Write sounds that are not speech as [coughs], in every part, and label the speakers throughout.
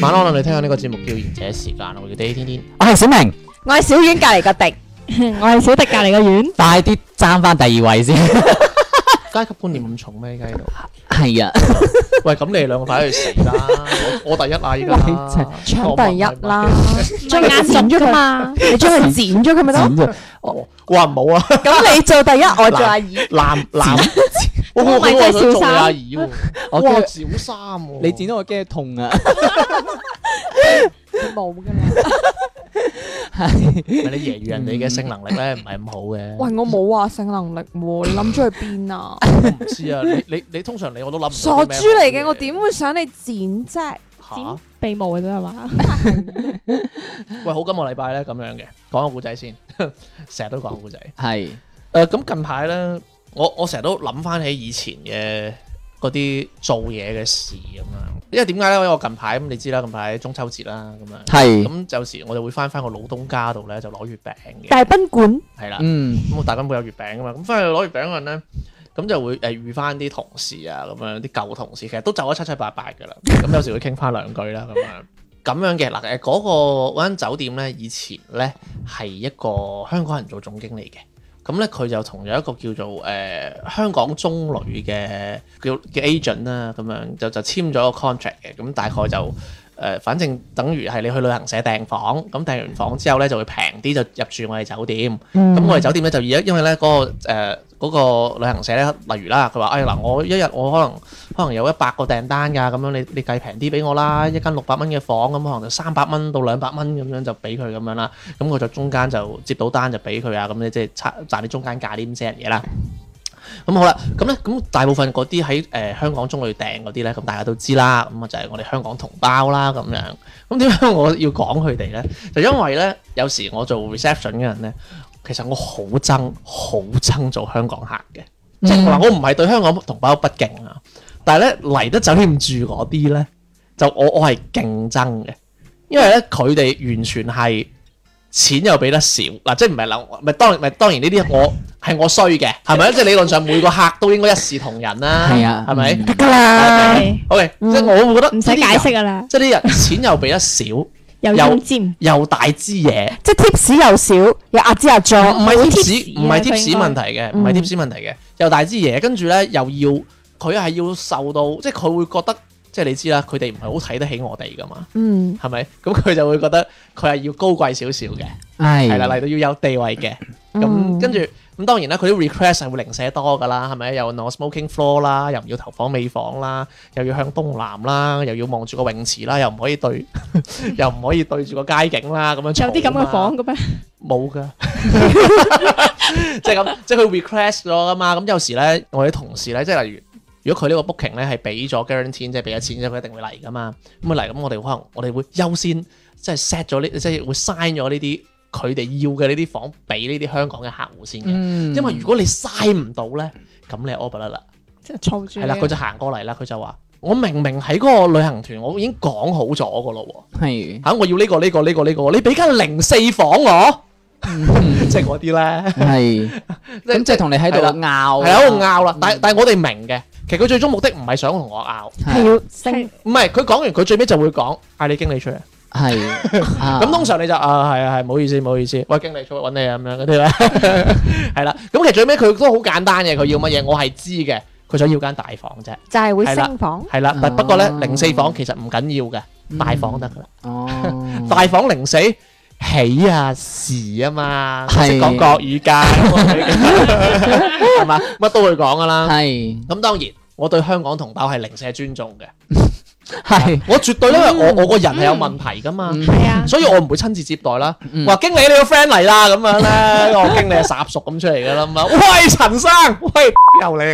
Speaker 1: 晚安，我哋聽下呢個節目叫《賢者時間》，我叫 Day 天天。
Speaker 2: 我係小明，
Speaker 3: 我係小丸隔離個迪，
Speaker 4: [laughs] 我係小迪隔離嘅丸，
Speaker 2: 快啲爭翻第二位先。
Speaker 1: 階級觀念咁重咩？依家喺度。
Speaker 2: 係 [laughs] 啊，
Speaker 1: [laughs] 喂，咁你哋兩個快啲去死啦！我我第一啦，依家。
Speaker 3: 搶第一啦，
Speaker 4: 將眼剪咗嘛，
Speaker 3: 你將佢剪咗佢咪得咯。
Speaker 2: 剪咗
Speaker 1: 我話唔好啊， [laughs]
Speaker 3: 咁你做第一，我做阿二。
Speaker 1: 男男。我
Speaker 4: 我
Speaker 1: 我
Speaker 4: 咪
Speaker 1: 佢
Speaker 4: 真係小
Speaker 1: 話想做
Speaker 4: 三
Speaker 1: 你阿 [laughs] 姨喎。
Speaker 2: 我
Speaker 1: 哇，
Speaker 2: 驚
Speaker 1: 小三喎。
Speaker 2: 你剪到我驚痛 [laughs] 啊！
Speaker 3: 冇㗎啦。
Speaker 1: 咪你揶揄人哋嘅性能力咧，唔係咁好嘅。
Speaker 5: 喂，我冇話性能力喎，你諗咗去邊啊？
Speaker 1: 我唔知啊，你你你通常 [laughs] 你我都諗唔到
Speaker 5: 傻
Speaker 1: 啲
Speaker 5: 豬
Speaker 1: 咩
Speaker 5: 嚟嘅，
Speaker 1: 好
Speaker 5: 我點會想你剪啫？
Speaker 1: 嚇？
Speaker 4: 鼻毛嘅啫係嘛？
Speaker 1: 喂，好，今個禮拜咧咁樣嘅，講個故仔先， [laughs] 成日都講故仔。
Speaker 2: 係
Speaker 1: 誒呃咁、近排咧，我我成日都諗翻起以前嘅嗰啲做嘢嘅事咁樣，因為點解咧？因為我近排咁你知啦，近排中秋節啦咁樣，
Speaker 2: 係，
Speaker 1: 咁有時我就會翻翻個老東家度咧，就攞月餅嘅，
Speaker 5: 大賓館
Speaker 1: 係啦。
Speaker 2: 嗯
Speaker 1: 咁我大金會有月餅噶嘛，咁翻去攞月餅嗰陣咧，咁就會誒遇翻啲同事啊，咁樣啲舊同事，其實都走得七七八八噶啦，咁有時會傾翻兩句啦，咁樣咁樣嘅嗱誒嗰個嗰間酒店咧，以前咧係一個香港人做總經理嘅。咁咧佢就同咗一個叫做誒、呃香港中旅嘅叫嘅 agent 啦，咁樣就就簽咗個 contract 嘅，咁大概就誒、呃反正等於係你去旅行社訂房，咁訂完房之後咧就會平啲就入住我哋酒店，咁、我哋酒店咧就而家因為咧嗰、呃個誒嗰、個旅行社咧，例如啦，佢話誒嗱，我一日我可能可能有一百個訂單㗎，咁樣你你計平啲俾我啦，一間六百蚊嘅房咁可能就三百蚊到兩百蚊咁樣就俾佢咁樣啦。咁佢就中間就接到單就俾佢啊，咁你即係差賺啲中間價啲咁些人嘢啦。咁好啦，咁咧咁大部分嗰啲喺誒香港中旅訂嗰啲咧，咁大家都知啦，咁啊就係我哋香港同胞啦咁樣。咁點解我要講佢哋咧？就因為咧，有時我做 reception 嘅人咧，其實我好憎好憎做香港客嘅，
Speaker 4: 嗯
Speaker 1: 即係話我唔係對香港同胞不敬啊，但係咧嚟得酒店住嗰啲咧，就我我係競爭嘅，因為咧佢哋完全係。錢又俾得少嗱，即係唔係嗱，咪當然咪當然呢啲我係我衰嘅，
Speaker 4: [laughs]
Speaker 1: 係咪？即係理論上每個客都應該一視同仁啦，
Speaker 2: 係啊
Speaker 1: 係咪？
Speaker 2: 嗯
Speaker 5: 得㗎啦。
Speaker 1: OK，即係我會覺得
Speaker 4: 唔使解，釋噶啦，
Speaker 1: 即係啲人錢又俾得少，
Speaker 4: 有
Speaker 1: 有
Speaker 4: 陰尖，
Speaker 1: 又大支嘢，
Speaker 5: 即係 tips 又少，又壓支壓
Speaker 1: 唔
Speaker 5: 咗，
Speaker 1: 係貼士
Speaker 4: tips 啊
Speaker 1: 唔係貼
Speaker 4: 佢
Speaker 1: 士
Speaker 4: 應該嗯
Speaker 1: 問題嘅，唔係貼士問題嘅，又大支嘢，跟住咧又要佢係要受到，即係佢會覺得，即係你知啦，佢哋唔係好睇得起我哋噶嘛，
Speaker 5: 嗯，
Speaker 1: 係咪？咁佢就會覺得佢係要高貴少少嘅。
Speaker 2: 係
Speaker 1: 係啦，嚟到要有地位嘅。
Speaker 4: 嗯
Speaker 1: 咁跟住咁當然啦，佢啲 request 係會零舍多噶啦，係咪？又 no smoking floor 啦，又唔要頭房尾房啦，又要向東南啦，又要望住個泳池啦，又唔可以對， [laughs] 又唔可以對住個街景啦，咁樣
Speaker 4: 有啲咁
Speaker 1: 嘈啊嘛
Speaker 4: 嘅房嘅咩？
Speaker 1: 冇噶，即係咁， [laughs] 即係佢 request 咗噶嘛。咁有時咧，我啲同事咧，即係例如，如果佢呢個 booking 咧係俾咗 guarantee，即係俾咗錢之後，佢一定會嚟噶嘛。咁佢嚟，咁我哋可能我哋會優先即係 set 咗呢，即係會 sign 咗呢啲佢哋要嘅呢啲房俾呢啲香港嘅客戶先嘅。
Speaker 2: 嗯
Speaker 1: 因為如果你 sign 唔到咧，咁你係 over 啦啦。
Speaker 4: 即係嘈住
Speaker 1: 係啦，佢就行過嚟啦，佢就話：我明明喺嗰個旅行團，我已經講好咗噶咯喎。
Speaker 2: 係
Speaker 1: 嚇、我要呢、個呢、個呢、個呢、個，你俾間零四房我， [laughs] 即係嗰啲咧，
Speaker 2: 係，咁嗯即係啊同你喺度
Speaker 1: 係啦
Speaker 2: 拗，
Speaker 1: 係喺度拗啦。但但係我哋明嘅，其實佢最終目的唔係想同我拗，
Speaker 5: 係
Speaker 2: 係
Speaker 5: 要升
Speaker 1: 唔係佢講完佢最尾就會講嗌你經理出嚟。
Speaker 2: 係 [laughs]
Speaker 1: 咁、通常你就啊係啊係，唔好意思唔好意思，喂經理出嚟揾你啊咁樣嗰啲咧， [laughs] 係啦。咁其實最尾佢都好簡單嘅，佢要乜嘢我係知嘅，佢想要間大房啫，
Speaker 5: 就係會升房，
Speaker 1: 係啦。但不過咧
Speaker 2: 哦
Speaker 1: 零四房其實唔緊要嘅，大房得噶啦。
Speaker 2: 哦，
Speaker 1: 大房零死起啊時啊嘛，我識
Speaker 2: 係
Speaker 1: 講國語㗎，咁我哋 [laughs] 係嘛乜都會講㗎啦。
Speaker 2: 係
Speaker 1: 咁當然，我對香港同胞係零舍尊重嘅，
Speaker 2: 係，
Speaker 1: 我絕對因為我我個人係有問題噶嘛，
Speaker 2: 嗯
Speaker 4: 係啊，
Speaker 1: 所以我唔會親自接待啦。
Speaker 2: 嗯
Speaker 1: 話經理你個 friend 嚟啦咁
Speaker 2: [laughs]
Speaker 1: 樣咧，我經理係霎熟咁出嚟噶啦嘛。喂，陳生， [laughs] 喂，又
Speaker 2: [laughs]
Speaker 1: 你，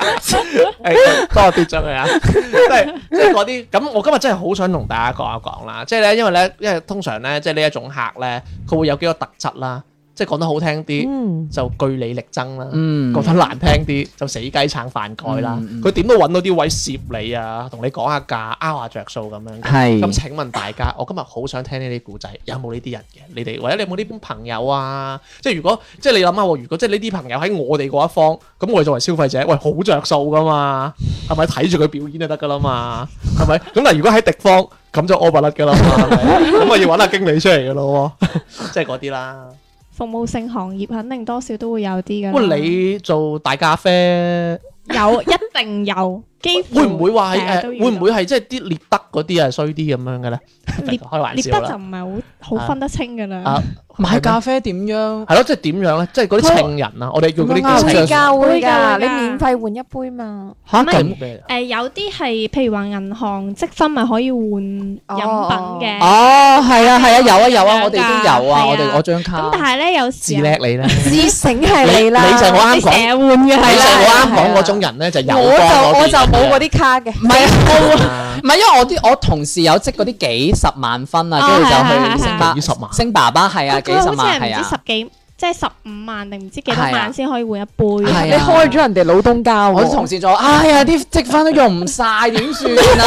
Speaker 1: 誒幫我跌咗佢啊！即係即係嗰啲咁，我今日真係好想同大家講一講啦。即係咧，因為咧，因為通常咧，即係呢一種客咧，佢會有幾個特質啦。即係講得好聽啲，
Speaker 5: 嗯，
Speaker 1: 就據理力爭啦。
Speaker 2: 嗯，
Speaker 1: 覺得難聽啲就死雞撐飯蓋啦
Speaker 2: 嗯嗯，
Speaker 1: 佢點都揾到啲位攝你啊，同你講下價，拗下着數咁樣嘅。
Speaker 2: 係
Speaker 1: 咁請問大家，我今日好想聽呢啲故仔，有冇呢啲人嘅？你哋或者你有冇呢啲朋友啊？即係如果即係你諗下喎，如果即係呢啲朋友喺我哋嗰一方，咁我哋作為消費者，喂好着數噶嘛，係咪睇住佢表演就得噶啦嘛？係咪？咁但係如果喺敵方，咁就屙不甩噶啦嘛，係
Speaker 2: [laughs]
Speaker 1: 咪咁我要揾下經理出嚟噶咯喎，即係嗰啲啦。
Speaker 2: 啊
Speaker 4: 服務性行業肯定多少都會有啲㗎啦。
Speaker 1: 喂，你做大咖啡？
Speaker 4: 有一定
Speaker 1: [laughs]
Speaker 4: 有，幾乎
Speaker 1: 會唔會話係
Speaker 4: 成日
Speaker 1: 誒？
Speaker 4: 都遇到
Speaker 1: 會唔會係即係啲獵德嗰啲係衰啲咁樣嘅咧？
Speaker 4: 獵
Speaker 1: [laughs] 開玩
Speaker 4: 獵
Speaker 1: 笑
Speaker 4: 德就
Speaker 1: 啦，
Speaker 4: 唔係好好分得清㗎啦。
Speaker 1: 啊
Speaker 2: 買咖啡點樣？
Speaker 1: 係咯，即係點樣咧？即係嗰啲情人啊，我哋叫嗰啲
Speaker 2: 啱啱
Speaker 1: 叫
Speaker 2: 會
Speaker 1: 情
Speaker 5: 㗎
Speaker 4: 會㗎
Speaker 5: 你免費換一杯嘛？
Speaker 2: 吓
Speaker 4: 咩
Speaker 2: 咁
Speaker 1: 人。
Speaker 4: 誒、有啲係譬如話銀行積分咪可以換飲品嘅，咁、
Speaker 2: 哦，係啊係啊，有啊有啊，我哋都有
Speaker 4: 係啊
Speaker 2: 啊，我哋我張卡
Speaker 4: 但。係咧有時
Speaker 1: 自叻你咧，
Speaker 5: 自醒係
Speaker 1: 你
Speaker 5: 你啦，
Speaker 1: 你就係我啱
Speaker 4: 你成日
Speaker 1: 講，
Speaker 4: 換嘅
Speaker 1: 你就
Speaker 4: [laughs] 係
Speaker 1: 係
Speaker 4: 啦，
Speaker 1: 我啱講嗰種人咧，就有
Speaker 5: 我就我就冇嗰
Speaker 1: 啲
Speaker 5: 啲卡嘅，
Speaker 2: 唔係啊，我會
Speaker 1: 啊
Speaker 2: 唔係因為我啲我同事有積嗰啲幾十萬分啊，跟住
Speaker 4: 哦係係
Speaker 2: 就去
Speaker 4: 係
Speaker 2: 星爸
Speaker 1: 幾十萬
Speaker 2: 星爸爸係啊，
Speaker 4: 佢
Speaker 2: 幾
Speaker 4: 佢
Speaker 2: 十
Speaker 4: 好似
Speaker 2: 萬係
Speaker 4: 係唔知十
Speaker 2: 啊，
Speaker 4: 幾，即係十五萬定唔知幾多
Speaker 2: 係啊
Speaker 4: 萬先可以換一杯。
Speaker 2: 係啊
Speaker 5: 你開咗人哋老東家喎。
Speaker 2: 我啲同事就話：哎呀，啲積分都用唔晒，點算啊？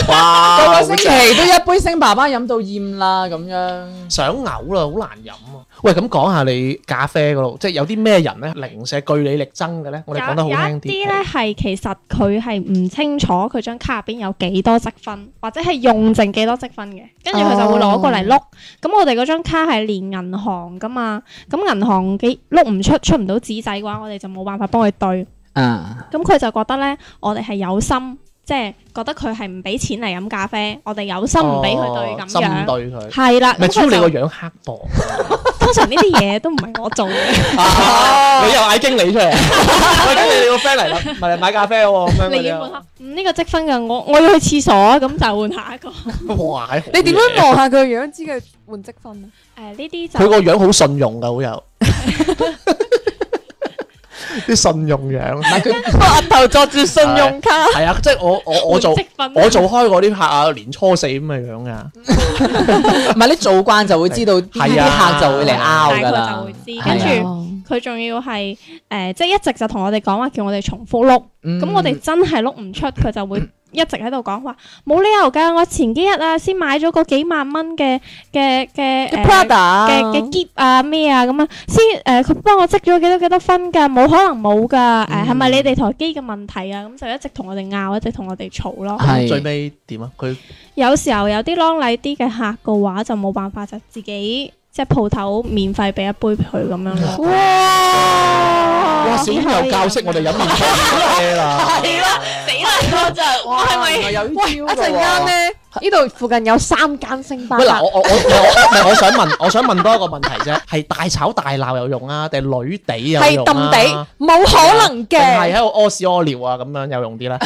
Speaker 1: [laughs] 哇
Speaker 2: 個個星期都一杯星爸爸飲到厭啦，咁樣。
Speaker 1: 想嘔啦，好難飲啊！喂，咁講下你咖啡嗰度，即係有啲咩人咧零舍據理力爭嘅咧？我哋講得好
Speaker 4: 有有
Speaker 1: 聽
Speaker 4: 一啲咧係其實佢係唔清楚佢張卡入邊有幾多積分，或者係用剩幾多積分嘅，跟住佢就會攞過嚟碌。
Speaker 2: 哦
Speaker 4: 咁、我哋嗰張卡係連銀行噶嘛，咁銀行幾碌唔出出唔到紙仔嘅話，我哋就冇辦法幫佢對。
Speaker 2: 啊，
Speaker 4: 咁佢就覺得咧，我哋係有心，即係覺得佢係唔俾錢嚟飲咖啡，我哋有心唔俾佢對
Speaker 1: 哦
Speaker 4: 咁
Speaker 1: 針
Speaker 4: 樣。
Speaker 1: 對佢，
Speaker 4: 係啦，
Speaker 1: 咪
Speaker 4: 咁
Speaker 1: 超
Speaker 4: 佢
Speaker 1: 你個
Speaker 4: 就
Speaker 1: 樣刻薄。
Speaker 4: 通常呢啲嘢都唔係我做
Speaker 1: [laughs]
Speaker 4: 嘅，
Speaker 5: Ờ.
Speaker 1: 你又嗌經理出嚟，喂，經理你個 friend
Speaker 5: [laughs]
Speaker 1: 嚟啦，咪嚟買咖啡喎咁樣嗰啲啊。
Speaker 4: 你要換下，嗯呢個積分嘅，我我要去廁所，咁就換下一 [laughs] 個。
Speaker 1: 哇！係好嘢
Speaker 5: 你點樣？望下佢個樣知佢換積分啊？
Speaker 4: 誒呢啲
Speaker 1: 佢
Speaker 4: 就
Speaker 1: 個樣好信用㗎，好有啲信用樣
Speaker 2: 唔。係佢
Speaker 5: 我額頭作住信用卡，
Speaker 1: 係啊，即係我我我做
Speaker 4: 換積分
Speaker 1: 我做開嗰啲客啊，年初四咁嘅樣噶。
Speaker 2: 唔係你做慣就會知道邊
Speaker 1: 係啊
Speaker 2: 啲客就會嚟拗
Speaker 4: 大
Speaker 2: 㗎
Speaker 4: 概
Speaker 2: 啦
Speaker 4: 就會。知，
Speaker 2: 係
Speaker 4: 跟
Speaker 2: 啊
Speaker 4: 住佢仲要係誒，即係一直就同我哋講話叫我哋重複碌。
Speaker 2: 嗯
Speaker 4: 咁我哋真係碌唔出，佢就
Speaker 1: [coughs]
Speaker 4: 會一直喺度講話冇理由㗎。我前幾日啊先買咗個幾萬蚊嘅嘅嘅誒
Speaker 5: 啲
Speaker 1: 啊
Speaker 5: Prada
Speaker 4: 嘅嘅 gift 啊咩啊咁啊，先誒佢幫我積咗幾多幾多分㗎，冇可能冇㗎。誒係咪你哋台機嘅問題啊？咁就一直同我哋拗，一直同我哋嘈咯。
Speaker 2: 係
Speaker 1: 最尾點啊？佢
Speaker 4: 有時候有啲 long 禮啲嘅客嘅話，就冇辦法就自己即係鋪頭免費俾一杯佢咁樣咯。
Speaker 5: 哇！
Speaker 1: 哇，小
Speaker 4: 邊
Speaker 1: 英
Speaker 4: 可
Speaker 1: 又
Speaker 4: 以
Speaker 1: 教識我哋飲麵
Speaker 5: [laughs]
Speaker 1: 咖啡
Speaker 4: [laughs]
Speaker 5: 嗯
Speaker 1: 啦。係啦，
Speaker 4: 死啦！我就我係咪
Speaker 2: 咪有呢
Speaker 5: 喂，一
Speaker 2: 招
Speaker 5: 陣
Speaker 2: 㗎
Speaker 5: 間
Speaker 2: 喎
Speaker 5: 咧，呢度附近有三間星巴
Speaker 1: 喂嗱，
Speaker 5: 克，
Speaker 1: 我我我我唔係我想問，我想問多一個問題啫，係大吵大鬧有用啊，定係女地有
Speaker 5: 係
Speaker 1: 用
Speaker 5: 揼
Speaker 1: 啊？
Speaker 5: 地，冇可能
Speaker 1: 定係
Speaker 5: 嘅。
Speaker 1: 喺度屙屎屙尿啊咁樣有用啲
Speaker 4: [laughs]
Speaker 1: 咧？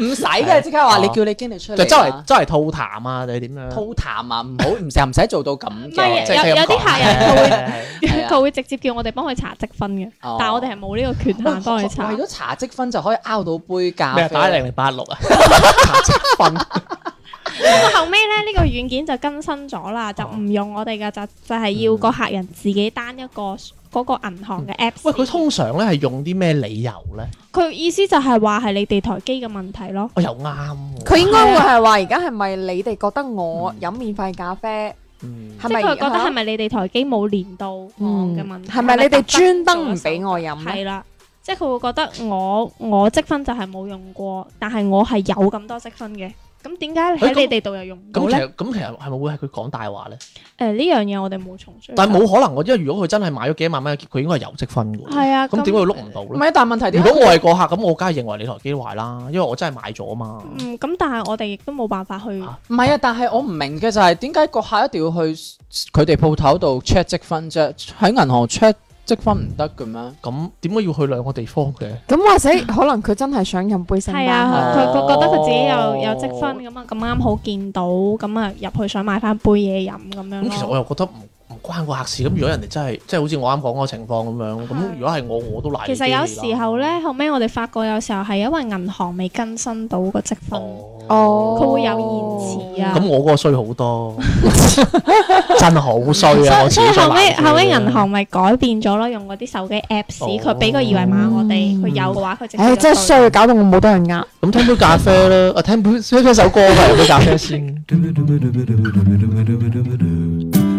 Speaker 2: 唔使嘅，即刻話你叫你經理出嚟
Speaker 1: 就
Speaker 2: 啦，
Speaker 1: 周圍周圍吐痰啊，定係點樣？
Speaker 2: 吐痰啊，唔好唔使唔使做到咁
Speaker 4: 唔
Speaker 2: 嘅，
Speaker 4: 係
Speaker 1: 即
Speaker 2: 即
Speaker 1: 係
Speaker 4: 有有啲
Speaker 1: 咁講
Speaker 4: 客人佢會。
Speaker 2: 係啊
Speaker 4: 佢會直接叫我哋幫佢查積分嘅，
Speaker 2: 哦
Speaker 4: 但係我哋係冇呢個權限幫佢
Speaker 5: [laughs]
Speaker 4: 查
Speaker 2: 為。咗查積分就可以拗到杯
Speaker 4: 啊
Speaker 2: 咖
Speaker 1: 咩
Speaker 2: 啡，
Speaker 1: 打零零八六
Speaker 4: [laughs]
Speaker 1: 啊？查積分
Speaker 4: 不過後尾咧，呢、個軟件就更新咗
Speaker 5: 哦
Speaker 4: 啦，就唔用我哋嘅，就就係要個客人自己單一個嗰個銀行嘅
Speaker 5: 嗯
Speaker 4: app 先。
Speaker 1: 喂，佢通常咧係用啲咩理由咧？哦
Speaker 4: 佢意思就係話係你哋台機嘅問題咯。
Speaker 1: 我又啱喎，
Speaker 5: 佢應該會係話，而家係咪你哋覺得我飲免費咖啡
Speaker 1: 嗯
Speaker 5: 係
Speaker 4: 即
Speaker 5: 咪
Speaker 4: 係佢覺得係
Speaker 5: 嚇
Speaker 4: 咪你哋台機冇連到我嘅問題？
Speaker 5: 係咪你哋專登唔俾
Speaker 4: 我？
Speaker 5: 我飲咧？
Speaker 4: 係啦，即係佢會覺得我我積分就係冇用過，但係我係有咁多積分嘅。咁點解
Speaker 1: 喂
Speaker 4: 喺
Speaker 1: 咁
Speaker 4: 你哋度又用唔到
Speaker 1: 咁其
Speaker 4: 咧？
Speaker 1: 實咁其實係咪會係佢講大話咧？
Speaker 4: 誒呢樣嘢我哋冇從追究。
Speaker 1: 但係冇可能喎，因為如果佢真係買咗幾萬蚊嘅，佢應該係有積分嘅喎。
Speaker 4: 係啊，
Speaker 1: 咁點解會碌唔到
Speaker 2: 唔
Speaker 1: 咧？
Speaker 2: 係，但係問題
Speaker 1: 如
Speaker 2: 點
Speaker 1: 果我係個客，咁我梗係認為你台機壞啦，因為我真係買咗啊嘛。
Speaker 4: 嗯，咁但係我哋亦都冇辦法去，
Speaker 1: 啊
Speaker 2: 唔係啊，但係我唔明嘅就係點解個客一定要去佢哋鋪頭度 check 積分啫？喺銀行 check 積分唔得嘅咩？
Speaker 1: 咁點解要去兩個地方嘅？
Speaker 5: 咁或者可能佢真係想飲杯聖
Speaker 4: 係
Speaker 5: 誕
Speaker 4: 啊，
Speaker 5: 啦
Speaker 4: 佢佢覺得佢自己
Speaker 1: 哦
Speaker 4: 有有積分咁啊，咁啱好見到咁啊入去想買翻杯嘢飲咁樣
Speaker 1: 咁其實
Speaker 4: 咯。
Speaker 1: 我又覺得唔唔關個客事。咁如果人哋真係即係好似我啱講嗰個情況咁樣，咁
Speaker 4: 係
Speaker 1: 如果係我我都賴你
Speaker 4: 其實有
Speaker 1: 機器
Speaker 4: 時
Speaker 1: 啦
Speaker 4: 候咧，後尾我哋發覺有時候係因為銀行未更新到個積分，
Speaker 5: 哦，
Speaker 4: 佢會有延遲啊。
Speaker 1: 咁我嗰個衰好
Speaker 4: [laughs]
Speaker 1: 多，真係好衰
Speaker 4: 所
Speaker 1: 啊！我
Speaker 4: 以所以
Speaker 1: 超衰
Speaker 4: 後尾
Speaker 1: 賴佢
Speaker 4: 後尾銀行咪改變咗咯，用嗰啲手機 Apps，
Speaker 1: 哦
Speaker 4: 佢俾個二維碼我哋，佢有嘅話佢直接
Speaker 5: 唉，
Speaker 4: 就
Speaker 5: 真係
Speaker 4: 對
Speaker 5: 衰，搞到我冇得人呃。
Speaker 1: 咁聽杯咖啡
Speaker 4: [laughs]
Speaker 1: 啦，啊聽杯聽聽首歌啦，飲杯咖啡先。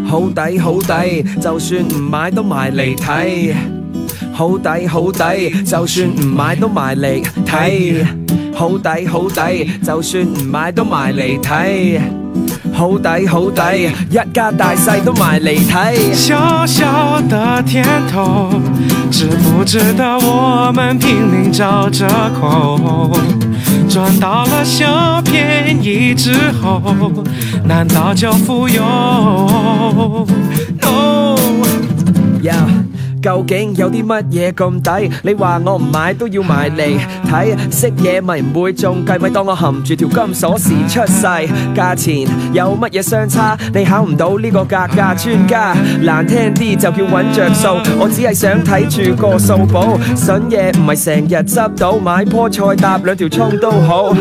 Speaker 6: 好抵好抵，就算唔買都埋嚟睇。好抵好抵，就算唔買都埋嚟睇。好抵好抵，就算唔買都埋嚟睇。好抵好抵，一家大細都埋嚟睇。
Speaker 7: 小小的甜头，知不知道我们拼命找折扣，赚到了小便宜之后，难道就富有？No。
Speaker 6: 呀，究竟有啲乜嘢咁抵？你話我唔買都要買嚟睇，識嘢咪唔會中計，咪當我含住條金鎖匙出世。價錢有乜嘢相差？你考唔到呢個價格專家，難聽啲就叫揾着數。我只係想睇住個數簿，筍嘢唔係成日執到，買棵菜搭兩條葱都好。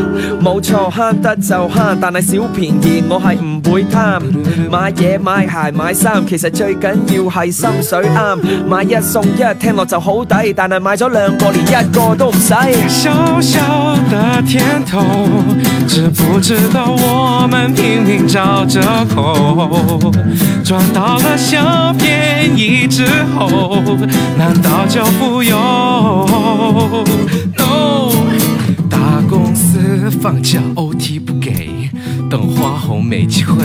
Speaker 6: 冇錯，慳得就慳，但係小便宜我係唔會貪。買嘢買鞋買衫，其實最緊要係心水啱。買一送一聽落就好抵，但係買咗兩個連一個都唔使。
Speaker 7: 小小的甜头，知不知道我们拼命找折扣，赚到了小便宜之后，难道就富有？No。大公司放假 OT 不给，等花红没机会。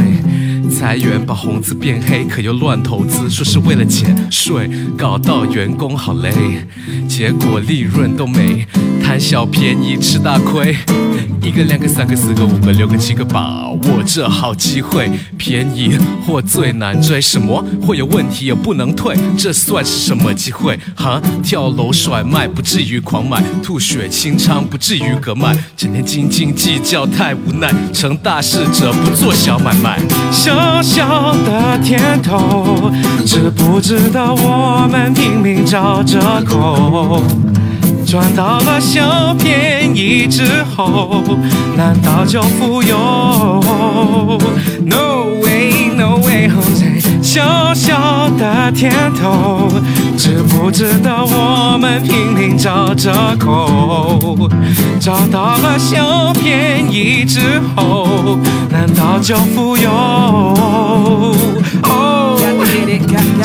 Speaker 7: 裁员把红字变黑，可又乱投资，说是为了减税，搞到员工好累，结果利润都没，贪小便宜吃大亏。一个、两个、三个、四个、五个、六个、七个，把握这好机会，便宜货最难追，什么会有问题也不能退，这算是什么机会？哈，跳楼甩卖不至于狂买，吐血清仓不至于割脉，整天斤斤计较太无奈，成大事者不做小买卖。小小的甜头，知不知道我们拼命找折扣？赚到了小便宜之后，难道就富有？No way, no way, Jose 小小的甜头，知不知道我们拼命找折扣？找到了小便宜之后，难道就富有？哦、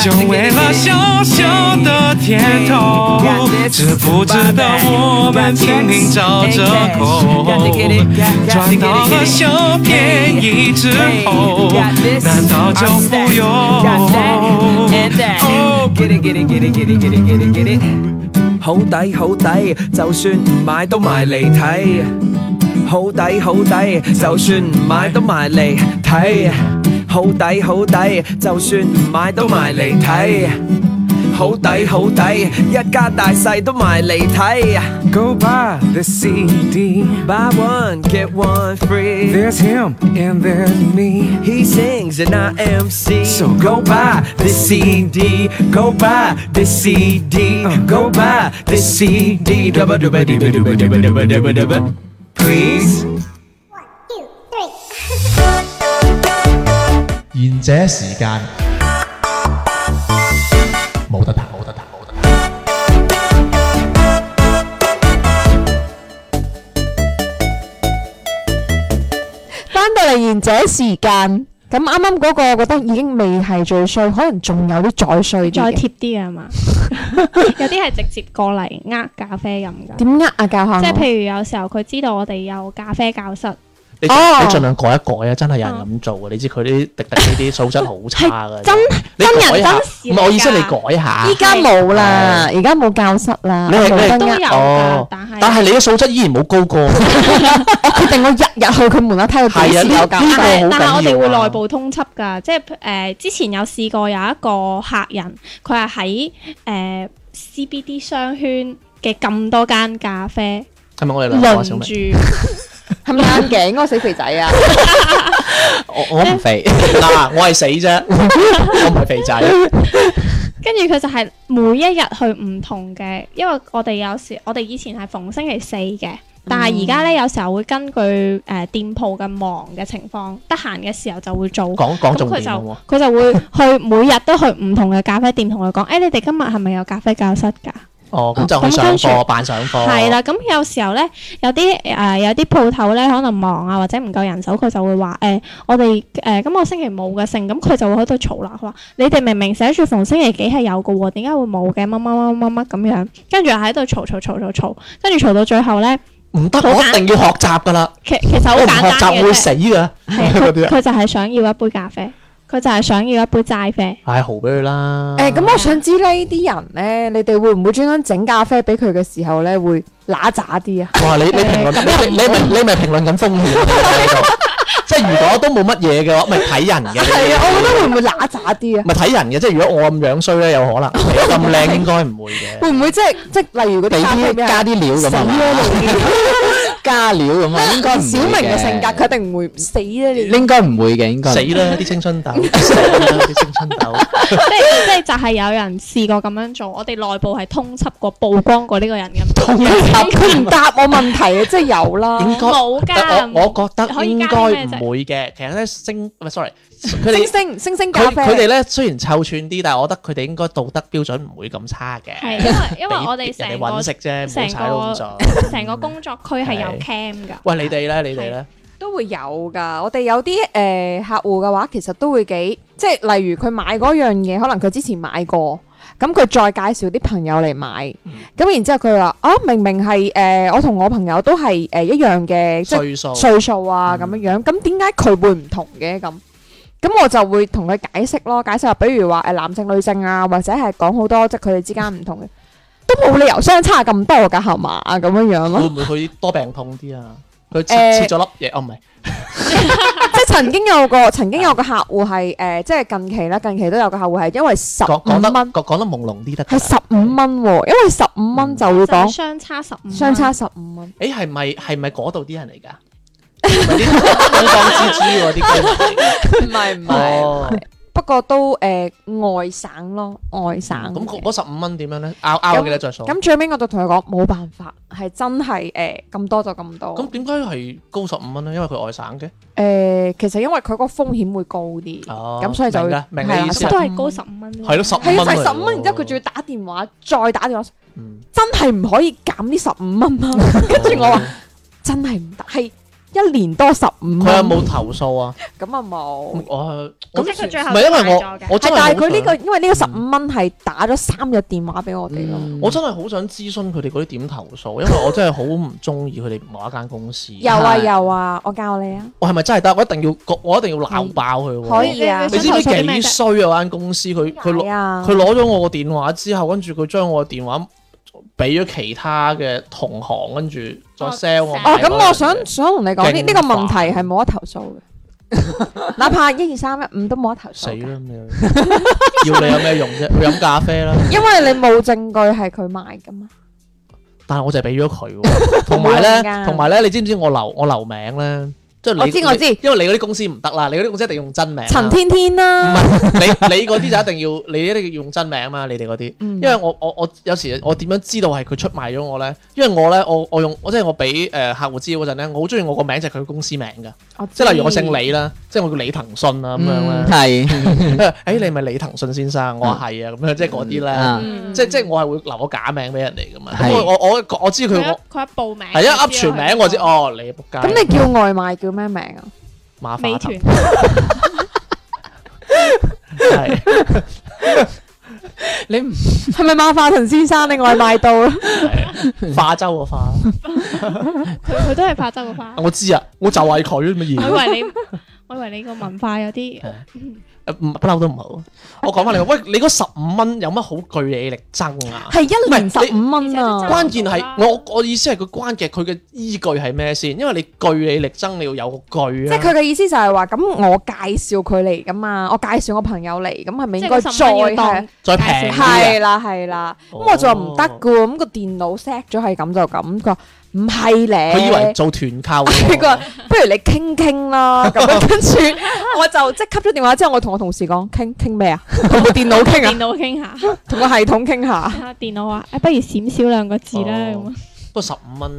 Speaker 7: 就为了小小的甜头，知不知道我们拼命找折扣？赚到了小便宜之后，难道就富有？哦
Speaker 6: Oh, Get it, get it, get it, get it, get it, get it, get it. 好抵好抵，就算唔買都埋嚟睇。好抵好抵，就算唔買都埋嚟睇。好抵好抵，就算唔買都埋嚟睇。好抵好抵，一家大細都埋嚟睇。
Speaker 7: Go buy the CD.
Speaker 6: Buy one get one free。
Speaker 7: There's him and there's me.
Speaker 6: He sings and I MC.
Speaker 7: So
Speaker 6: go buy the CD. Go buy the CD. Go buy the CD. Dubba dubba dubba dubba dubba dubba dubba dubba. Please.
Speaker 8: 賢者時間冇得彈，冇得彈，冇得彈。
Speaker 5: 翻到嚟賢者時間，咁啱啱嗰個我覺得已經未係最衰，可能仲有啲再衰
Speaker 4: 再
Speaker 5: 啲嘅。
Speaker 4: 貼啲嘅係
Speaker 1: [laughs]
Speaker 4: 嘛？有啲係直接過嚟呃咖啡飲㗎，
Speaker 5: 點呃啊教下我？
Speaker 4: 即係譬如有時候佢知道我哋有咖啡教室，
Speaker 1: 你
Speaker 5: 哦
Speaker 1: 盡你盡量改一改啊！真係有人咁做嘅，你知佢啲滴滴呢啲素質好差嘅。
Speaker 4: 真
Speaker 1: 你改下
Speaker 4: 真人真事
Speaker 1: 唔係我意思，
Speaker 4: 嚟㗎
Speaker 1: 你改下
Speaker 5: 依。家冇啦，而家冇教室啦，
Speaker 1: 你係
Speaker 5: 冇
Speaker 1: 你係
Speaker 5: 得
Speaker 4: 都
Speaker 5: 呃
Speaker 4: 有㗎，
Speaker 1: 哦
Speaker 4: 但係係
Speaker 1: 但係你嘅素質依然冇
Speaker 4: [laughs]
Speaker 1: 高過。
Speaker 5: 我決定我日日去佢門口睇佢幾
Speaker 1: 係啊
Speaker 5: 時有教
Speaker 1: 呢呢個
Speaker 4: 但係
Speaker 1: 好
Speaker 4: 但係我
Speaker 1: 緊要
Speaker 4: 哋會
Speaker 1: 啊
Speaker 4: 內部通緝㗎，即係誒、呃之前有試過有一個客人，佢係喺呃誒 CBD 商圈嘅咁多間咖啡
Speaker 1: 係咪我哋兩個啊
Speaker 4: 輪
Speaker 1: 小明？
Speaker 4: 住，
Speaker 5: 係咪啱嘅？應該死肥仔啊！
Speaker 2: 我我唔肥，
Speaker 1: [laughs] 嗱，我係死 [laughs] 啫，我唔係肥仔。
Speaker 4: 跟住佢就係每一日去唔同嘅，因為我哋有時我哋以前係逢星期四嘅。但
Speaker 1: 嗯
Speaker 4: 係而家咧，有時候會根據誒、呃店鋪嘅忙嘅情況，得閒嘅時候就會做。
Speaker 1: 講講
Speaker 4: 咁
Speaker 1: 重
Speaker 4: 佢
Speaker 1: 點
Speaker 4: 就
Speaker 1: 好啊唔好
Speaker 4: 佢就會去每日都去唔同嘅咖啡店同佢講，誒、哎你哋今日係咪有咖啡教室㗎？
Speaker 1: 哦，咁就
Speaker 4: 咁
Speaker 1: 去上
Speaker 4: 跟住
Speaker 1: 課，扮上課。
Speaker 4: 係啦，咁有時候咧，有啲誒、呃有啲鋪頭咧，可能忙啊，或者唔夠人手，佢就會話誒、呃我哋誒今個星期冇嘅剩，咁佢就會喺度嘈啦，佢話你哋明明寫住逢星期幾係有嘅喎，點解會冇嘅？乜乜乜乜乜咁樣，跟住又喺度嘈嘈嘈嘈嘈，跟住嘈到最後咧，
Speaker 1: 唔得，
Speaker 4: 好
Speaker 1: 我
Speaker 4: 簡
Speaker 1: 一定要學習噶啦，
Speaker 4: 其其實好
Speaker 1: 我哦唔
Speaker 4: 簡
Speaker 1: 學
Speaker 4: 單
Speaker 1: 習
Speaker 4: 嘅
Speaker 1: 會
Speaker 4: 啫，
Speaker 1: 死噶。
Speaker 4: 係
Speaker 1: 嗰啲
Speaker 4: 佢
Speaker 1: 啊
Speaker 4: 佢就係想要一杯咖
Speaker 1: [laughs]
Speaker 4: 啡，佢就係想要一杯齋啡。
Speaker 1: 唉，豪俾佢啦。
Speaker 5: [laughs] 誒，咁我想知呢啲人咧，你哋會唔會專登整咖啡俾佢嘅時候咧，會揦渣啲啊？
Speaker 1: 哇！你你評論你你你咪你咪評論緊風險啊你喺度即係如果都冇乜嘢嘅話，咪睇人嘅。
Speaker 5: 係啊，我覺得會唔會揦渣啲啊？
Speaker 1: 咪睇人嘅，即係如果我咁樣衰咧，有
Speaker 4: [laughs]
Speaker 1: 可能。你咁靚應該唔會嘅。
Speaker 5: 會唔會即係即係例如嗰
Speaker 2: 俾
Speaker 5: 啲咖啡咩
Speaker 2: 啲
Speaker 5: 啊
Speaker 2: 加啲料咁啊嘛，加料咁 [laughs] 啊，應該唔會
Speaker 5: 小明嘅性格，佢一定唔會死啊！你
Speaker 2: [laughs] 應該唔會嘅，應該唔
Speaker 1: 死
Speaker 2: 會
Speaker 1: 啦！啲
Speaker 4: [laughs]
Speaker 1: 青春痘，死啦！啲青春痘。
Speaker 4: 即係即係就係有人試過咁樣做，我哋內部係通緝過曝光過呢個人嘅，
Speaker 1: 通緝
Speaker 5: 佢唔答我問題啊，即係有啦。
Speaker 1: 應該
Speaker 4: 冇㗎。
Speaker 1: [laughs] 我我覺
Speaker 4: 可
Speaker 1: 得
Speaker 4: 以
Speaker 1: 應
Speaker 4: 加
Speaker 1: 該
Speaker 4: 啲咩啫
Speaker 1: 唔會嘅。其實咧，星唔係 sorry，
Speaker 5: 星
Speaker 1: 佢哋
Speaker 5: 星星星咖
Speaker 1: 佢
Speaker 5: 啡，
Speaker 1: 佢哋咧雖然臭串啲，但係我覺得佢哋應該道德標準唔會咁差 [laughs] 嘅。
Speaker 4: 係因為因為我
Speaker 1: 俾
Speaker 4: 哋
Speaker 1: 人
Speaker 4: 成
Speaker 1: 揾食
Speaker 4: 個
Speaker 1: 啫，唔好
Speaker 4: 成
Speaker 1: 踩到咁
Speaker 4: [laughs]
Speaker 1: 盡。
Speaker 4: 個成個工
Speaker 1: [laughs]
Speaker 4: 作區係有
Speaker 1: 係
Speaker 4: cam 噶。
Speaker 1: 喂，你哋咧，你哋咧，
Speaker 5: 都會有㗎。我哋有啲誒、呃客戶嘅話，其實都會幾即係例如佢買嗰樣嘢，可能佢之前買過。咁佢再介紹啲朋友嚟買，咁然之後佢話：啊，明明係誒、呃我同我朋友都係誒、呃一樣嘅，即係
Speaker 1: 歲數
Speaker 5: 歲數啊咁樣樣，咁點解佢會唔同嘅咁？咁我就會同佢解釋咯，解釋話，比如話誒男性女性啊，或者係講好多即係佢哋之間唔同嘅，都冇理由相差咁多㗎，係嘛咁樣樣
Speaker 1: 會
Speaker 5: 咯。
Speaker 1: 唔會佢多病痛啲啊？
Speaker 5: 誒
Speaker 1: 佢切切咗粒嘢，哦唔係，
Speaker 5: 即係曾經有
Speaker 1: [laughs]
Speaker 5: 個曾經有個客戶係誒，即係近期啦，近期都有個客戶係因為十
Speaker 1: 講講得
Speaker 5: 五蚊
Speaker 1: 講講得朦朧啲得㗎。
Speaker 5: 係十五蚊喎，因為十五蚊就會
Speaker 4: 就係
Speaker 5: 講
Speaker 4: 相差十五，
Speaker 5: 相差十五蚊。
Speaker 1: 誒係咪係咪嗰度啲人
Speaker 4: [laughs]
Speaker 1: 嚟㗎？係咪啲東方之珠嗰啲居民嚟
Speaker 5: 唔係唔
Speaker 1: 㗎，哦，
Speaker 5: [laughs] 不過都誒外省咯，外省
Speaker 1: 咁
Speaker 5: 嘅
Speaker 1: 嗰嗰十五蚊點樣咧？拗拗咗幾多着數？
Speaker 5: 咁最尾我就同佢講冇辦法，係真係誒咁多就咁多。
Speaker 1: 咁點解係高十五蚊咧？因為佢外省嘅，
Speaker 5: 誒、其實因為佢個風險會高啲，咁、
Speaker 1: 哦
Speaker 5: 所以就會
Speaker 1: 明啦明你
Speaker 5: 係啦啊
Speaker 1: 意思
Speaker 4: 咁都係高十五蚊。
Speaker 1: 係咯十
Speaker 5: 係
Speaker 1: 五
Speaker 5: 啊，就
Speaker 1: 蚊嚟
Speaker 5: 係十五
Speaker 1: 喎
Speaker 5: 蚊，然之後佢仲要打電話，再打電話，
Speaker 1: 嗯
Speaker 5: 真係唔可以減呢十五蚊啦。
Speaker 1: [laughs]
Speaker 5: 跟住我話真係唔得，係一年多十五蚊。
Speaker 1: 佢有冇投訴啊？
Speaker 5: 咁啊冇。
Speaker 1: 我
Speaker 4: 咁
Speaker 1: 我
Speaker 4: 即係佢最後
Speaker 1: 唔係因為
Speaker 4: 買
Speaker 1: 我
Speaker 4: 咗嘅
Speaker 1: 我真
Speaker 5: 係，
Speaker 1: 係
Speaker 5: 但係
Speaker 1: 好
Speaker 5: 佢呢個，
Speaker 1: 想嗯
Speaker 5: 因為呢個十五蚊係打咗三日電話俾我哋咯。
Speaker 2: 嗯
Speaker 1: 我真係好想諮詢佢哋嗰啲點投訴，因為我真係好唔中意佢哋某一間公司。
Speaker 5: 有啊有啊，我教你啊。
Speaker 1: 我係咪真係得？我一定要我一定要鬧爆佢喎！
Speaker 5: 嗯可以啊
Speaker 1: 你知
Speaker 4: 想
Speaker 1: 唔知
Speaker 4: 投訴啲咩
Speaker 1: 幾
Speaker 4: 啫？
Speaker 1: 衰啊？間公司佢佢
Speaker 5: 係
Speaker 1: 攞
Speaker 5: 啊，
Speaker 1: 佢攞咗我個電話之後，跟住佢將我個電話俾咗其他嘅同行，跟住再
Speaker 4: 哦
Speaker 1: sell 我買
Speaker 5: 哦
Speaker 1: 嗰，樣嘢。
Speaker 5: 咁我想想同你講，呢
Speaker 1: 勁
Speaker 5: 呢個問題係冇得投訴
Speaker 1: [laughs]
Speaker 5: 嘅，哪怕一二三一五都冇得投
Speaker 1: 死
Speaker 5: 訴嘅，
Speaker 1: 啦！咁你 [laughs] 要你有咩用啫？去飲咖啡啦！
Speaker 5: 因為你冇證據係佢賣噶嘛。
Speaker 1: 但係我就係俾咗佢喎，
Speaker 5: [laughs]
Speaker 1: 同埋咧
Speaker 5: 冇用，㗎
Speaker 1: 同埋咧，你知唔知我留我留名咧？即係你
Speaker 5: 我知我知
Speaker 1: 你因為你嗰啲公司唔得啦，你嗰啲公司一定要用真名
Speaker 5: [laughs]
Speaker 1: 啦。
Speaker 5: 陳天天
Speaker 1: 唔
Speaker 5: 啦，
Speaker 1: 係你你嗰啲就一定要你一定要用真名嘛，你哋嗰啲，
Speaker 5: 嗯
Speaker 1: 因為我我我有時我點樣知道係佢出賣咗我咧？因為我咧我我用我即係我俾誒客戶知嗰陣咧，我好中意我個名就係佢公司名㗎，即係例如我姓李
Speaker 5: 嗯
Speaker 1: 啦，即係我叫李騰訊啊啦咁樣
Speaker 2: [laughs] 嗯
Speaker 1: 啦。
Speaker 2: 係
Speaker 1: [laughs] 誒、你係咪李騰訊先生？
Speaker 5: 嗯
Speaker 1: 我話係啊，咁樣即係嗰啲咧，
Speaker 2: 啊，
Speaker 1: 即係即係我係會留個假名俾人哋㗎嘛。
Speaker 2: 係
Speaker 1: 咁我我我我知佢
Speaker 4: 佢一
Speaker 1: 我
Speaker 4: 佢一報名
Speaker 1: 係一噏全名我知，
Speaker 4: 哦，
Speaker 1: 哦，你仆
Speaker 5: 咁
Speaker 1: 街。
Speaker 5: 你叫外賣叫咩名
Speaker 1: [laughs]
Speaker 5: 啊？
Speaker 1: 馬
Speaker 4: 美
Speaker 1: 化騰
Speaker 4: 團
Speaker 1: 係
Speaker 2: 你唔
Speaker 5: 係咪馬化騰先生你外賣到啊？
Speaker 1: 係化州個化，
Speaker 4: 佢佢都係拍州嘅
Speaker 1: [laughs]
Speaker 4: 花。 [laughs]
Speaker 1: 我知啊，我就係佢乜
Speaker 4: 我
Speaker 1: 嘢。
Speaker 4: 以為你，我以為你個文化有啲
Speaker 1: 呃唔不嬲都唔好。我講翻你，喂，你嗰十五蚊有乜好據理力爭
Speaker 5: [laughs]
Speaker 1: 啊？
Speaker 5: 係一年
Speaker 1: 唔
Speaker 5: 十
Speaker 1: 係
Speaker 5: 五蚊啊！
Speaker 1: 關鍵係我我意思係佢關鍵係佢嘅依據係咩先？因為你據理力爭，你要有個據
Speaker 5: 即
Speaker 1: 啊
Speaker 5: 係。佢嘅意思就係話，咁我介紹佢嚟噶嘛，我介紹我朋友嚟，咁係咪應該再係
Speaker 1: 再平啲啊嘅
Speaker 5: 係啦係啦？
Speaker 1: 哦
Speaker 5: 咁我就話唔得噶，咁個電腦 set 咗係咁就咁。佢話唔係咧，
Speaker 1: 佢以為做團
Speaker 5: [laughs]
Speaker 1: 購
Speaker 5: 佢
Speaker 1: 喎。
Speaker 5: 話不如你傾傾啦，咁樣跟住我就即係吸咗電話之後，我同我同事講傾傾咩啊？同部電腦傾啊，
Speaker 4: 電腦傾下，
Speaker 5: [laughs] 同個系統傾下。
Speaker 4: 睇下電腦話，哎誒不如閃少兩個字啦咁
Speaker 1: 哦
Speaker 4: 啊。
Speaker 1: 不過十五蚊，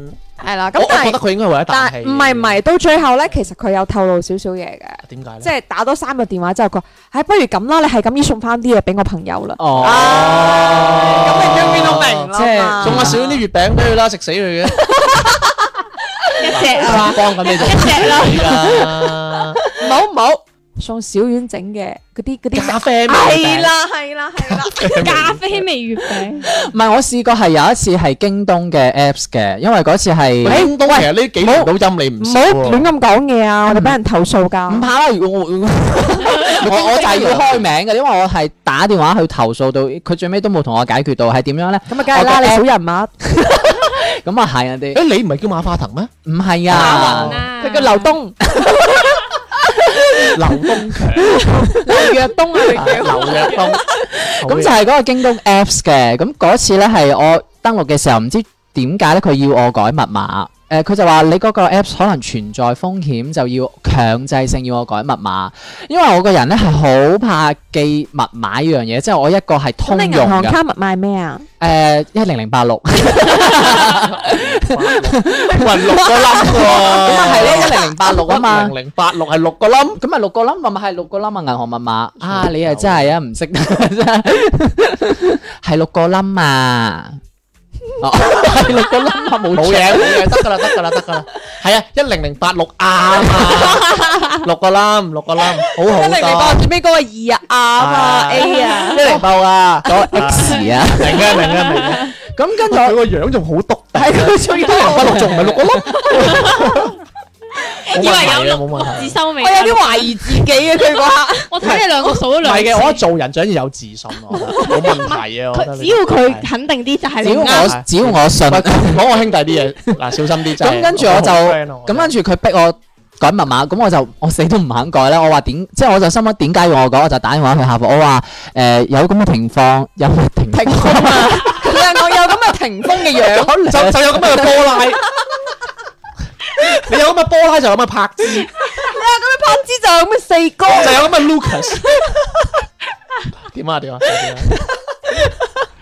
Speaker 5: 係啦，
Speaker 1: 我
Speaker 5: 咁
Speaker 1: 我
Speaker 5: 但
Speaker 1: 覺得
Speaker 5: 係
Speaker 1: 佢應該為咗啖
Speaker 5: 但
Speaker 1: 氣。
Speaker 5: 係唔係唔係，到最後咧，其實佢有透露少少嘢嘅。
Speaker 1: 點解咧？
Speaker 5: 即係打多三個電話之後，佢話：，唉，不如咁啦，你係咁要送翻啲嘢俾我朋友啦。
Speaker 1: 哦
Speaker 5: 啊咁你終於都明啦
Speaker 2: 即係
Speaker 5: 嘛
Speaker 1: 送下少啲月餅俾佢啦，食死佢嘅。
Speaker 4: 一隻啊，
Speaker 1: 幫緊你做
Speaker 4: 一
Speaker 1: 死啦，
Speaker 5: 唔好唔好，送小丸整嘅嗰啲嗰啲
Speaker 1: 咖啡味
Speaker 5: 係，啦係啦係啦，
Speaker 4: 咖啡味月餅，
Speaker 2: 唔係我試過係有一次係京東嘅 apps 嘅，因為嗰次係
Speaker 1: 東東其實呢幾年都陰你唔
Speaker 5: 唔
Speaker 1: 少
Speaker 5: 好
Speaker 1: 喎
Speaker 5: 亂咁講嘢啊！我哋俾人投訴㗎。
Speaker 2: 唔怕啦，如果我 [laughs] 我我就係要開名嘅，因為我係打電話去投訴到，佢最尾都冇同我解決到，係點樣咧？
Speaker 5: 咁啊，梗係啦，
Speaker 2: 我
Speaker 5: 你
Speaker 2: 覺
Speaker 5: 小
Speaker 2: 得
Speaker 5: 人物，
Speaker 2: 咁啊係人哋
Speaker 1: 誒，你唔係叫馬化騰咩？
Speaker 2: 唔係
Speaker 4: 馬
Speaker 2: 啊
Speaker 4: 雲，啊，
Speaker 5: 哦佢叫劉東，
Speaker 1: 劉東強、
Speaker 5: 劉若東啊，
Speaker 2: À,
Speaker 5: 佢叫。
Speaker 1: 劉若 [laughs] 東，
Speaker 2: 咁就係嗰個京東 apps 嘅，咁嗰次咧係我登錄嘅時候，唔知點解咧佢要我改密碼。誒、佢就話你嗰個 apps 可能存在風險，就要強制性要我改密碼，因為我個人咧係好怕記密碼呢樣嘢，即係我一個係通
Speaker 5: 咁
Speaker 2: 用
Speaker 5: 你銀行
Speaker 2: 嘅，
Speaker 5: 卡密碼係咩啊？
Speaker 2: 誒一零零八六，
Speaker 1: 雲六個冧喎，
Speaker 2: 咁啊係咧一零零八六啊嘛
Speaker 1: 零，零八六係六個冧，
Speaker 2: 咁啊六個 number 咪係六個 number 銀行密碼啊，你啊真係啊唔識得真係，係六個 number 啊，哦係六個 number 冇
Speaker 1: 冇
Speaker 2: 錯
Speaker 1: 嘢冇嘢，得㗎啦得㗎啦得㗎啦，係啊一零零八六啱啊，六個冧六個冧，好好
Speaker 5: 一零零八
Speaker 1: 多。
Speaker 5: 最尾嗰個二
Speaker 2: Ờ,
Speaker 5: 啊，
Speaker 2: À.
Speaker 5: 啱啊，A 啊， [laughs]
Speaker 2: 一零八啊，嗰個 X 啊，
Speaker 1: 明嘅明嘅明嘅，
Speaker 2: 咁跟住
Speaker 1: 佢個樣仲好篤定，
Speaker 2: 係佢仲要
Speaker 1: 八六仲唔係六個冧？
Speaker 4: 以為有
Speaker 1: 啊冇
Speaker 4: 六
Speaker 1: 問題
Speaker 4: 六字收尾。
Speaker 5: 我有啲懷疑自己嘅佢嗰刻。
Speaker 4: 我睇你兩個數咗
Speaker 1: 唔
Speaker 4: 兩
Speaker 1: 係
Speaker 4: 次。
Speaker 1: 嘅，我覺得做人最緊要有自信，
Speaker 2: [laughs]
Speaker 1: 我覺得冇問題嘅。我覺得
Speaker 4: 佢
Speaker 1: 呢
Speaker 4: 只要佢肯定啲就係
Speaker 2: 只
Speaker 4: 你
Speaker 2: 要
Speaker 4: 啱。
Speaker 2: 我只要我信，
Speaker 1: 喂講我兄弟
Speaker 2: [laughs]
Speaker 1: 啲嘢，嗱小心啲真係。
Speaker 2: 咁跟住我就
Speaker 1: 好 friend 啊
Speaker 2: 咁跟住佢逼我改密碼，咁我就我死都唔肯改啦。我話點，即係我就心諗點解要我改，我就打電話去客服，我話誒有咁嘅情況，有咩情 [laughs]
Speaker 5: 霆
Speaker 2: 況？
Speaker 5: 鋒啊！佢兩個有咁嘅霆鋒嘅樣，
Speaker 1: 就就有咁嘅波拉，你有咁嘅波拉就有咁嘅柏
Speaker 2: [laughs]
Speaker 1: 芝，
Speaker 5: 不知就有咁嘅四哥。
Speaker 1: 就有咁嘅 Lucas。點啊點啊點
Speaker 2: [laughs]
Speaker 1: 啊！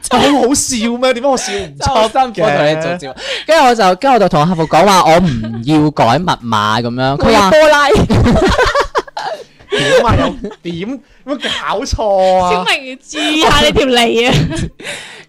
Speaker 1: 就好好笑咩？點解我笑唔 [laughs] 出嘅？
Speaker 2: 我同你做節目，跟住我就跟住我就同客服講話，我唔要改密碼咁
Speaker 5: [laughs]
Speaker 2: 樣。佢話
Speaker 5: 波拉，
Speaker 1: 點啊？有點有冇搞錯
Speaker 4: 小
Speaker 1: 啊？
Speaker 4: 明注意下你條脷啊！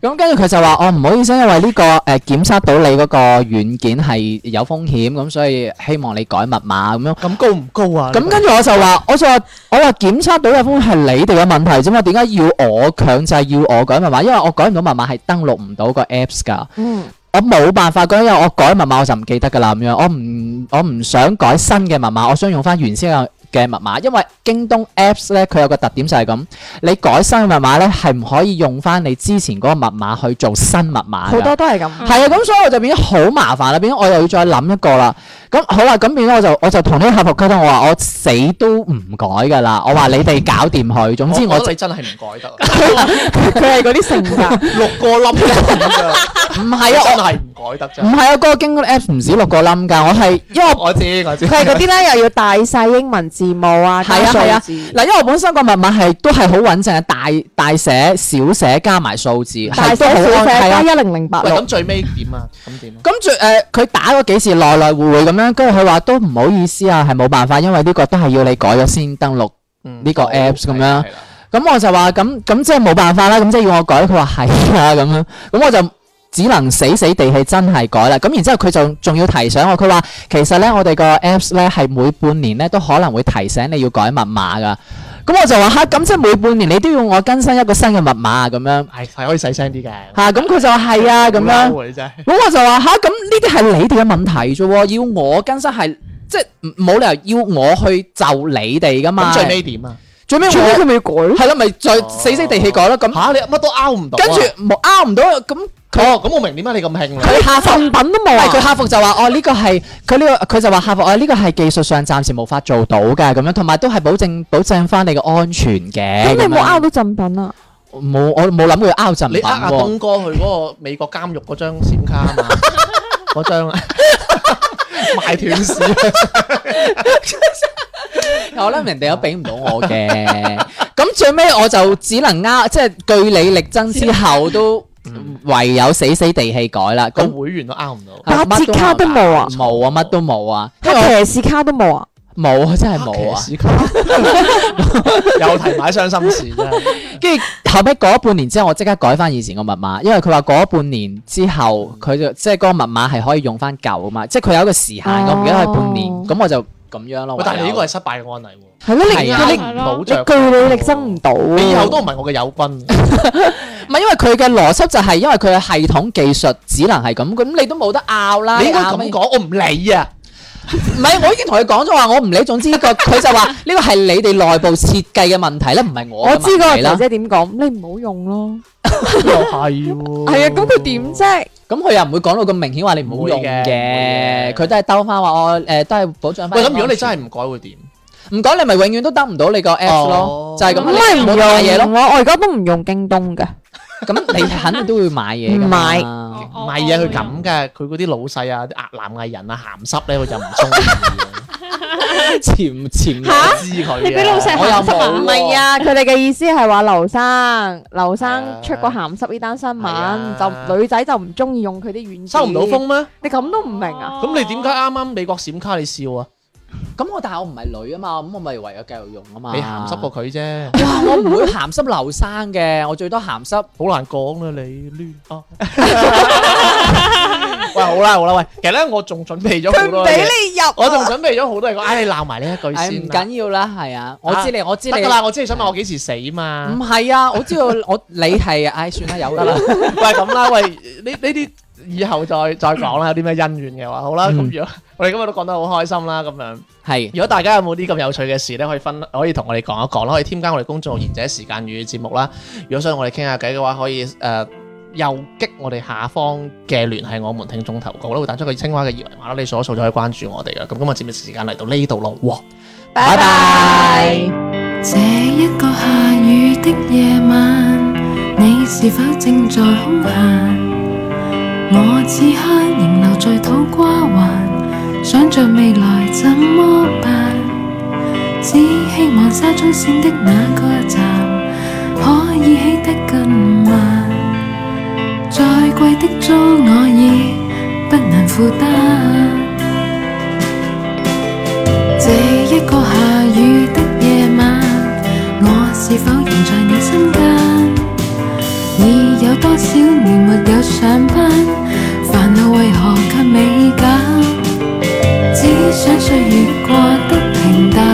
Speaker 2: 咁跟住佢就話：我哦唔好意思，因為呢、個誒、呃、檢測到你嗰個軟件係有風險，咁所以希望你改密碼咁樣。
Speaker 1: 咁高唔高啊？
Speaker 2: 咁跟住我就話，我就話，我話檢測到嘅風險係你哋嘅問題啫嘛，點解要我強制要我改密碼？因為我改唔到密碼係登錄唔到個 apps 㗎，
Speaker 5: 嗯，
Speaker 2: 我冇辦法改，因為我改密碼我就唔記得㗎啦咁樣，我唔我唔想改新嘅密碼，我想用翻原先嘅嘅密碼，因為京東 apps 咧佢有個特點就係咁，你改新嘅密碼咧係唔可以用翻你之前嗰個密碼去做新密碼㗎。
Speaker 5: 好多都係咁。
Speaker 2: 係啊，咁所以我就變咗好麻煩啦，變咗我又要再諗一個啦。咁好啦，咁變咗我就我就同呢個客服溝通，我話我死都唔改噶啦，我
Speaker 5: 嗯
Speaker 2: 話你哋搞掂佢。總之我
Speaker 1: 覺得
Speaker 2: 直
Speaker 1: 你真係唔改得，
Speaker 5: 佢係嗰啲性
Speaker 1: [laughs]
Speaker 5: 格，
Speaker 1: 六個冧啫，
Speaker 2: 唔
Speaker 1: 真
Speaker 2: 係啊，
Speaker 1: 係唔改得
Speaker 2: 我唔
Speaker 1: 啫。
Speaker 2: 係啊，嗰個京東 apps 唔止六個冧㗎，我係因為我
Speaker 1: 我知我知。
Speaker 5: 佢係嗰啲咧又要大細英文字母啊，
Speaker 2: 係啊係
Speaker 5: 加
Speaker 2: 啊
Speaker 5: 數字，
Speaker 2: 嗱，因為我本身個密碼係都係好穩陣嘅，大大寫、小寫加埋數字，
Speaker 5: 大寫
Speaker 2: 係都好
Speaker 5: 小寫
Speaker 2: 安係
Speaker 5: 加
Speaker 2: 啊。
Speaker 5: 一零零八
Speaker 1: 喂，
Speaker 5: 六
Speaker 1: 咁。最尾點啊？咁點啊？
Speaker 2: 跟住誒，佢、打咗幾次來來回回咁樣，跟住佢話都唔好意思啊，係冇辦法，因為呢個都係要你改咗先登錄。呢個 apps 咁樣
Speaker 1: 係啦
Speaker 2: 咁我就話咁咁即係冇辦法啦，咁即係要我改，佢話係啊咁樣，咁我就只能死死地氣真係改啦。咁然之後佢就仲要提醒我，佢話其實咧我哋個 apps 咧係每半年咧都可能會提醒你要改密碼噶。咁我就話吓，咁即係每半年你都要我更新一個新嘅密碼啊咁樣
Speaker 1: 係係可以細聲啲嘅。
Speaker 2: 吓，咁佢就話係啊咁
Speaker 1: 好嬲
Speaker 2: 樣。
Speaker 1: 啊你真係
Speaker 2: 咁我就話吓，咁呢啲係你哋嘅問題啫喎，要我更新係即係冇理由要我去就你哋噶嘛。
Speaker 1: 咁最尾點啊？
Speaker 2: 最尾
Speaker 5: 最尾
Speaker 2: 我
Speaker 5: 佢咪要改，
Speaker 2: 係啦，咪再死死地氣改咯。咁
Speaker 1: 吓你乜都拗唔到啊，
Speaker 2: 跟住冇拗唔到，咁
Speaker 1: 哦，咁我明點解你咁興啦。
Speaker 2: 佢下
Speaker 5: 贈
Speaker 2: 份。
Speaker 5: 品都冇
Speaker 2: 因為
Speaker 5: 啊
Speaker 2: 佢！客服就話：哦，呢、個係佢呢個佢就話客服哦，呢、個係技術上暫時無法做到嘅咁樣，同埋都係保證保證翻你嘅安全嘅。
Speaker 5: 咁你有冇拗
Speaker 2: 咁樣
Speaker 5: 到贈品啊？
Speaker 2: 冇我冇諗過要拗贈
Speaker 1: 你
Speaker 2: 品
Speaker 1: 呃阿
Speaker 2: 喎。
Speaker 1: 東哥去嗰個美國監獄嗰張閃卡啊嘛，嗰
Speaker 2: [laughs]
Speaker 1: 張啊賣斷市，
Speaker 2: 我諗人哋都俾唔到我
Speaker 5: [laughs]
Speaker 2: 嘅。咁最尾我就只能呃，即係據理力爭之後都唯有死死地氣改啦。
Speaker 1: 個
Speaker 2: 咁
Speaker 1: 會員都拗唔到。
Speaker 5: 八折卡都冇啊
Speaker 2: 冇啊，乜都冇啊，因為
Speaker 5: 黑騎士卡都冇啊！
Speaker 2: 我冇啊，真係冇
Speaker 5: à？
Speaker 1: [laughs]
Speaker 2: 啊。
Speaker 1: 騎士卡又提買傷心事 [laughs] 真係。
Speaker 2: 跟住後尾過咗半年之後，我即刻改翻以前個密碼，因為佢話過咗半年之後，佢就即係嗰個密碼係可以用翻舊啊嘛，即係佢有一個時限，
Speaker 5: 哦
Speaker 2: 我唔記得係半年，咁我就咁樣咯
Speaker 1: 喂。但係你呢個
Speaker 2: 唯
Speaker 1: 係失敗嘅案例喎，
Speaker 5: 係咯，你
Speaker 2: 係啊
Speaker 5: 你
Speaker 4: 係
Speaker 1: 唔
Speaker 4: 咯
Speaker 1: 好
Speaker 5: 你
Speaker 1: 着。
Speaker 5: 據理力爭唔到喎。
Speaker 1: 你以後都唔係我嘅
Speaker 5: [laughs]
Speaker 1: 友軍，
Speaker 2: 有唔係因為佢嘅邏輯就係因為佢嘅系統技術只能係咁，咁你都冇得拗啦。
Speaker 1: 你應該
Speaker 2: 拗
Speaker 1: 咁
Speaker 2: 乜嘢
Speaker 1: 講，我唔理啊。
Speaker 2: 唔係我已經同佢講咗話，我唔理。總之個佢就話呢個係你哋內部設計嘅問題咧，唔係我
Speaker 5: 我
Speaker 2: 嘅
Speaker 5: 知嗰個
Speaker 2: 問題
Speaker 5: 姐
Speaker 2: 啦。
Speaker 5: 姐點講，你唔好用咯。
Speaker 1: 又係喎
Speaker 5: 係啊，咁佢點？啫？
Speaker 2: 咁佢又唔會講到咁明顯話你唔好用
Speaker 1: 唔會
Speaker 2: 嘅，
Speaker 1: 嘅
Speaker 2: 佢都係兜翻話我誒都係保障翻。
Speaker 1: 喂，咁如果你真係唔改會點？
Speaker 2: 唔講你咪永遠都得唔到你個 app 咯
Speaker 1: 哦，
Speaker 2: 就係
Speaker 5: 咁
Speaker 2: 咁，
Speaker 5: 咪
Speaker 2: 你
Speaker 5: 唔
Speaker 2: 冇
Speaker 5: 用
Speaker 2: 買嘢
Speaker 5: 嘢咯。
Speaker 2: 咯。
Speaker 5: 我而家都唔用京東嘅。
Speaker 2: 咁你肯定都會買嘢㗎
Speaker 5: 唔
Speaker 1: 唔
Speaker 2: 嘛。
Speaker 1: 係
Speaker 2: 哦
Speaker 1: 啊，佢咁嘅，佢嗰啲老細啊、啲壓男藝人啊、鹹濕咧，佢就唔中
Speaker 5: [laughs]
Speaker 1: 意
Speaker 2: 潛潛
Speaker 1: 啊，知佢啊。
Speaker 4: 你俾老細
Speaker 2: 我
Speaker 4: 鹹
Speaker 2: 又
Speaker 4: 濕啊
Speaker 2: 冇
Speaker 5: 唔係啊，佢哋嘅意思係話劉生，劉生出過鹹濕呢單新
Speaker 1: 係啊
Speaker 5: 聞，就女仔就唔中意用佢啲軟件
Speaker 1: 收唔到風，咩？
Speaker 5: 你咁都唔明啊？
Speaker 1: 咁你點解啱啱美國閃卡你笑啊？
Speaker 2: 咁我但係我唔係女啊嘛，咁我咪唯有繼續用啊嘛。
Speaker 1: 你鹹濕過佢啫，
Speaker 2: 哇！我唔會鹹濕流生嘅，我最多鹹濕。
Speaker 1: 好難講啦你亂啊！喂，好啦好啦，喂，其實咧我仲準備咗好多嘢，
Speaker 5: 你入
Speaker 1: 我仲準備咗好多嘢講，唉，你鬧埋呢一句
Speaker 2: 唉，
Speaker 1: 先
Speaker 2: 唔
Speaker 1: 啦，
Speaker 2: 緊要啦，係啊，我知你，我知
Speaker 1: 得
Speaker 2: 你
Speaker 1: 噶。啦，我知你想問我幾時死嘛
Speaker 2: 唔。係啊，我知道我你係，唉，算啦，有
Speaker 1: 得 [laughs] 啦
Speaker 2: 㗎啦。，
Speaker 1: 喂咁啦，喂呢呢啲以後再再講啦，有啲咩恩怨嘅話，好啦，咁
Speaker 2: 嗯
Speaker 1: 如果我哋今日都講得好開心啦，咁樣，
Speaker 2: 係
Speaker 1: 如果大家有冇啲咁有趣嘅事咧，可以分可以同我哋講一講啦，可以添加我哋公眾號《賢者時間語》節目啦，如果想我哋傾下偈嘅話，可以誒。呃右擊我哋下方嘅聯繫我們聽眾投稿啦，會彈出個青蛙嘅二維碼啦，你掃一掃就可以關注我哋嘅。咁今日節目時間嚟到呢度咯，哇！
Speaker 2: 拜拜。
Speaker 9: 这一个下雨的夜晚，你是否正在空闲？我此刻仍留在土瓜湾，想着未來怎麼辦？只希望沙中線的那個站可以起得更慢。再貴的租我已不能負擔。这一個下雨的夜晚，我是否仍在你身間？已有多少年沒有上班，煩惱為何卻未減？只想歲月過得平淡，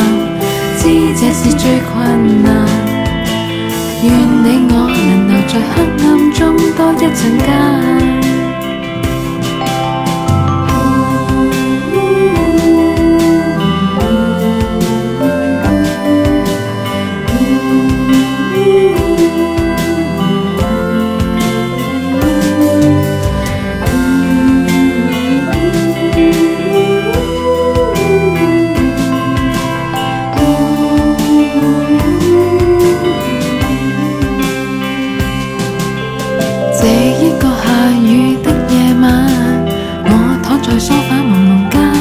Speaker 9: 知這是最困難。願你我能留在黑暗中多一陣間。這一個下雨的夜晚，我躺在梳化朦朧間，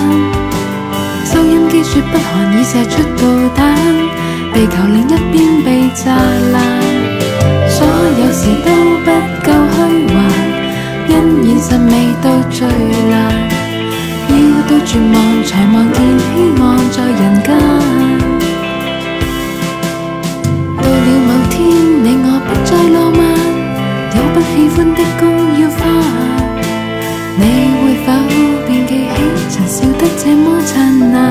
Speaker 9: 收音機說北韓已射出導彈，地球另一邊被炸爛，所有事都不夠虛幻，因現實未到最難，要到絕望才望見希望在人間。到了某天，你我不再浪漫，有不喜歡的工要返。你會否便記起曾笑得這麼燦爛？